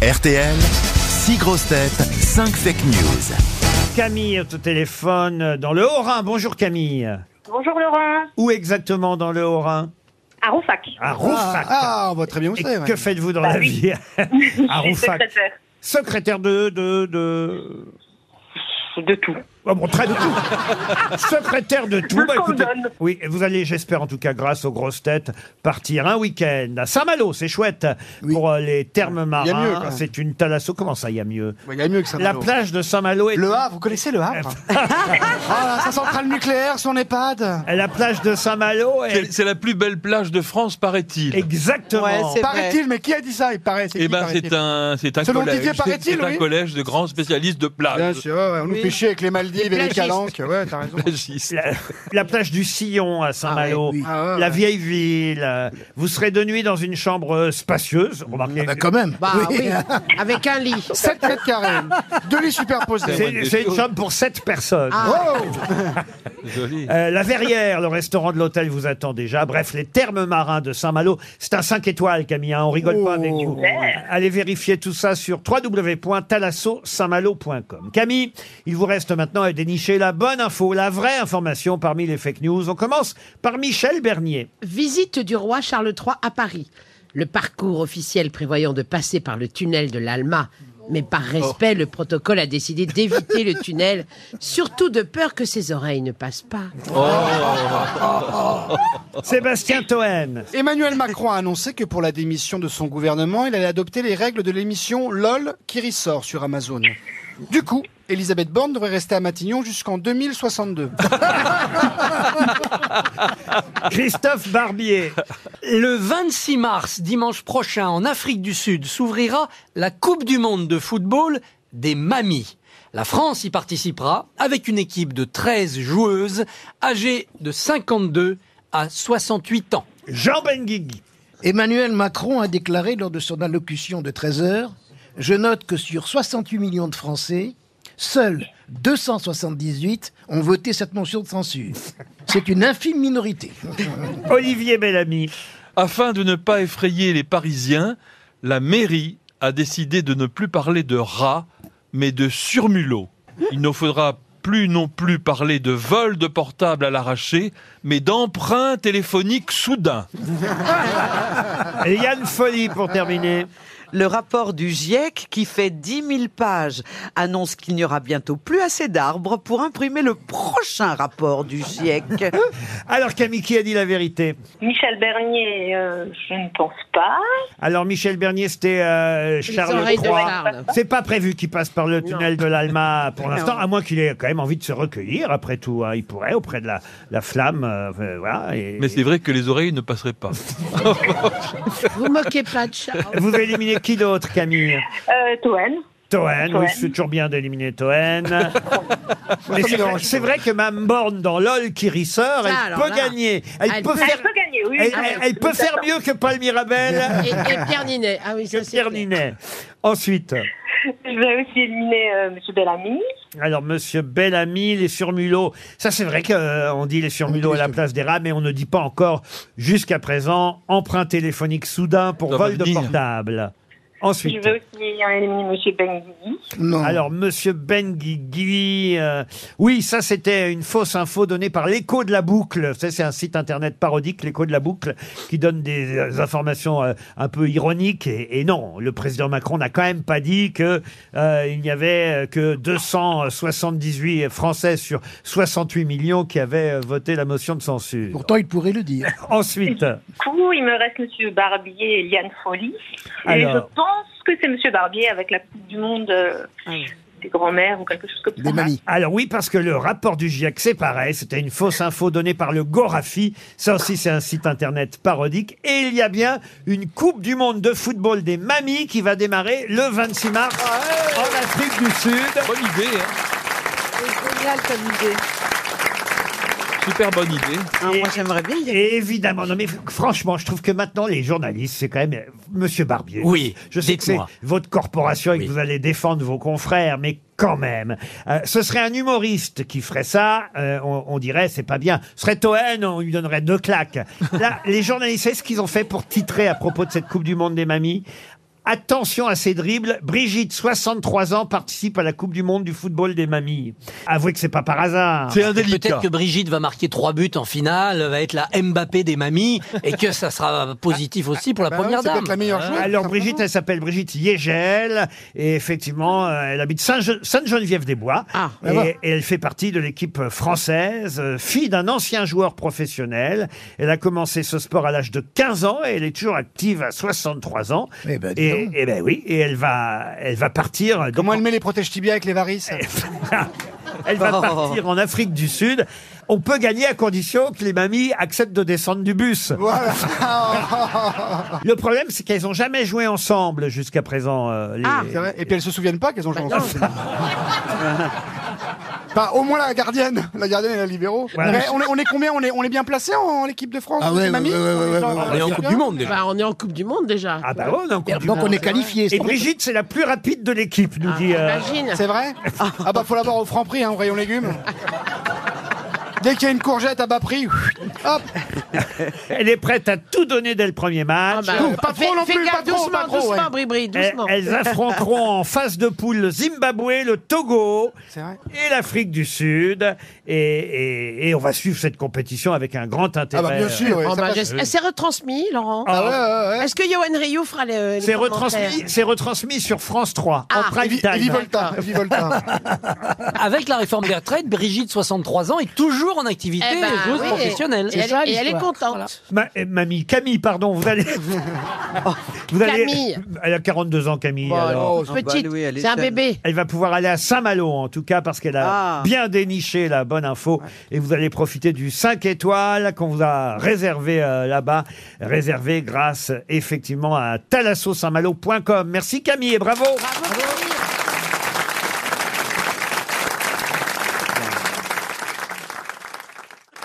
RTL, 6 grosses têtes, 5 fake news. Camille est au téléphone euh, dans le Haut-Rhin. Bonjour Camille. Bonjour Laurent, Où exactement dans le Haut-Rhin à Roufac. À Roufac. Ah, on voit très bien où Et c'est. ouais. Bah que faites-vous dans la vie À Je suis Roufac. secrétaire Secrétaire de... de, de... De tout. Ah bon, très de tout. Secrétaire de tout. Bah, De ce qu'on donne. oui, vous allez, j'espère en tout cas, grâce aux grosses têtes, partir un week-end à Saint-Malo. C'est chouette Oui. pour euh, les thermes y a mieux, marins. quand même. C'est une thalasso. Comment ça, il y a mieux Ouais, Il y a mieux que ça. La Malo. plage de Saint-Malo est Le Havre, vous connaissez le Havre Ah, sa centrale nucléaire, son EHPAD. la plage de Saint-Malo est C'est c'est la plus belle plage de France, paraît-il. exactement. Ouais, c'est- Paraît-il, mais qui a dit ça Il paraît. c'est Eh qui, ben, paraît-il c'est un, c'est un Selon collège. Didier, c'est- paraît-il, c'est un oui. collège de grands spécialistes de Bien plage. sûr, ouais, ouais, on nous Oui. pêchait avec les Maldives et les plagistes. Calanques. Ouais, t'as raison. Plagiste. La, la plage du Sillon à Saint-Malo, Ah ouais, oui. Ah ouais, la ouais. vieille ville. euh, Vous serez de nuit dans une chambre euh, spacieuse. Remarquez, Bah, quand même. Bah oui, avec un lit. 7 mètres carrés. Deux lits superposés. c'est c'est une chambre pour sept personnes. Oh Joli. Euh, la Verrière, le restaurant de l'hôtel vous attend déjà. Bref, les thermes marins de Saint-Malo, c'est un 5 étoiles, Camille. hein, on rigole pas avec Oh. vous. Allez vérifier tout ça sur www.talasso-saint-malo.com. Camille, il vous reste maintenant à dénicher la bonne info, la vraie information parmi les fake news. On commence par Michel Bernier. Visite du roi Charles III à Paris. Le parcours officiel prévoyant de passer par le tunnel de l'Alma. Mais par respect, le protocole a décidé d'éviter le tunnel, surtout de peur que ses oreilles ne passent pas. Sébastien Toen. Emmanuel Macron a annoncé que pour la démission de son gouvernement, il allait adopter les règles de l'émission LOL qui ressort sur Amazon. Du coup, Elisabeth Borne devrait rester à Matignon jusqu'en 2062. Christophe Barbier. Le 26 mars, dimanche prochain, en Afrique du Sud, s'ouvrira la Coupe du Monde de football des mamies. La France y participera avec une équipe de 13 joueuses âgées de 52 à 68 ans. Jean Benguigui. Emmanuel Macron a déclaré lors de son allocution de 13 heures Je note que sur 68 millions de Français, seuls 278 ont voté cette motion de censure. C'est une infime minorité. Olivier Bellamy. Afin de ne pas effrayer les Parisiens, la mairie a décidé de ne plus parler de rats, mais de surmulots. Il ne faudra plus non plus parler de vol de portable à l'arraché, mais d'emprunts téléphoniques soudains. Et Yann Folly pour terminer. Le rapport du GIEC, qui fait 10 000 pages, annonce qu'il n'y aura bientôt plus assez d'arbres pour imprimer le prochain rapport du E GIEC. Alors Camille, qui a dit la vérité Michel Bernier, euh, je ne pense pas. Alors Michel Bernier, c'était euh, Les Charles oreilles de III. Charles. C'est pas prévu qu'il passe par le tunnel de l'Alma pour l'instant, à moins qu'il ait quand même envie de se recueillir. Après tout, hein, il pourrait auprès de la, la flamme. euh, euh, voilà, et- Mais c'est vrai que les oreilles ne passeraient pas. Vous moquez pas de Charles. Vous éliminez qui d'autre, Camille Euh, Toen, Toen, oui, Toen. c'est toujours bien d'éliminer Toen. Mais c'est vrai- c'est vrai que Mme Borne, dans LOL qui ressort, Ça, elle alors peut là. gagner. Elle, Elle peut peut- Ah, faire... je peux gagner, oui. Elle, Ah, elle- oui, elle peut tout faire à fait. mieux que Paul Mirabel Et, et Pierre Ninet. Ah oui, ça que c'est clair. Pierre Ninet. Ensuite, Je vais aussi éliminer euh, M. Bellamy. alors Monsieur Bellamy, les surmulots. Ça, c'est vrai qu'on dit les surmulots à la place des rats, mais on ne dit pas encore, jusqu'à présent, emprunt téléphonique soudain pour Ça va vol de venir. portable. Je Ensuite, vais aussi euh, éliminer M. Benguigui. Non. alors Monsieur Benguigui, euh, oui, ça c'était une fausse info donnée par l'écho de la boucle. Ça, c'est un site internet parodique, l'écho de la boucle, qui donne des euh, informations euh, un peu ironiques. Et, et non, le président Macron n'a quand même pas dit que euh, il n'y avait euh, que 278 Français sur 68 millions qui avaient euh, voté la motion de censure. Pourtant, il pourrait le dire. Ensuite, Du coup, il me reste M. Barbier et Liane Folly. Et Alors. je pense que c'est M. Barbier avec la Coupe du Monde euh, Ah des grands-mères ou quelque chose comme Des ça. mamies. Alors oui, parce que le rapport du GIEC, c'est pareil, c'était une fausse info donnée par le Gorafi. Ça aussi, c'est un site internet parodique. Et il y a bien une Coupe du Monde de football des mamies qui va démarrer le 26 mars en Afrique du Sud. Bonne idée, hein Génial comme idée. super bonne idée. Ah, moi, j'aimerais bien. y aller. Et évidemment, non mais franchement, je trouve que maintenant, les journalistes, c'est quand même... euh, Monsieur Barbier, Oui, je sais que c'est dites-moi. votre corporation et Oui. que vous allez défendre vos confrères, mais quand même, euh, ce serait un humoriste qui ferait ça, euh, on, on dirait c'est pas bien. Ce serait Toen, on lui donnerait deux claques. Là, les journalistes, c'est ce qu'ils ont fait pour titrer à propos de cette Coupe du Monde des mamies Attention à ces dribbles. Brigitte, 63 ans, participe à la Coupe du Monde du football des mamies. Avouez que c'est pas par hasard. C'est indélicat. Peut-être que Brigitte va marquer trois buts en finale, va être la Mbappé des mamies, et que ça sera positif aussi pour la Bah ouais, première c'est dame. peut-être la meilleure joueuse. Ah, Alors simplement. Brigitte, elle s'appelle Brigitte Yegel et effectivement, euh, elle habite Saint-Je- Sainte-Geneviève-des-Bois Ah, et, là-bas. et elle fait partie de l'équipe française, euh, fille d'un ancien joueur professionnel. Elle a commencé ce sport à l'âge de 15 ans et elle est toujours active à 63 ans. Eh ben, dis et, donc. et ben oui, et elle va, elle va partir. euh, dans- Comment elle met les protèges tibias avec les varices elle va Oh. partir en Afrique du Sud. On peut gagner à condition que les mamies acceptent de descendre du bus. Voilà. Le problème, c'est qu'elles n'ont jamais joué ensemble jusqu'à présent. euh, les- Ah, C'est vrai. Et puis elles se souviennent pas qu'elles ont joué ensemble. Enfin, au moins la gardienne, la gardienne et la libéraux. Ouais. Mais on, est, on est combien on est, on est bien placé en, en équipe de France Ah ouais, les mamies ouais, ouais, ouais, On est ouais, genre- ouais, on On est en genre Coupe bien du Monde déjà. Bah, on est en Coupe du Monde déjà. Ah bah ouais, on est en Coupe du Donc on Monde. est qualifié. Et Brigitte, c'est la plus rapide de l'équipe, nous Ah, dit. euh, Imagine. C'est vrai Ah bah faut l'avoir au franc prix, hein, au rayon légumes. Dès qu'il y a une courgette à bas prix, hop, elle est prête à tout donner dès le premier Ah match. bah, Ouh, pas trop fais- non fais plus, gaffe, pas trop, doucement, pas trop, doucement, ouais. Bribri, Elles, doucement. elles affronteront en phase de poule le Zimbabwe, le Togo C'est vrai. et l'Afrique du Sud. Et, et- et on va suivre cette compétition avec un grand intérêt. Euh, Ah bah bien sûr. ouais, ça Oh, bah, passe. j'es- C'est retransmis, Laurent Ah ouais, ouais, ouais. Est-ce que Johan Rioux fera le- les C'est commentaires retransmis, c'est retransmis sur France 3 en Ah. prime Evi- time. Evi Volta, Evi Volta. Avec la réforme des retraites, Brigitte, 63 ans, est toujours en activité Eh ben, joueuse oui. professionnelle. Et elle, et elle est l'histoire. contente. Voilà. Ma- euh, mamie, Camille, pardon, vous allez. vous allez- Camille. Elle a 42 ans, Camille. alors. Oh, Petite, bah oui, elle est c'est un jeune. bébé. Elle va pouvoir aller à Saint-Malo, en tout cas, parce qu'elle a Ah. bien déniché la bonne info. Et vous allez profiter du 5 étoiles qu'on vous a réservé euh, là-bas. Réservé grâce, effectivement, à thalassosaintmalo.com. Merci Camille et bravo.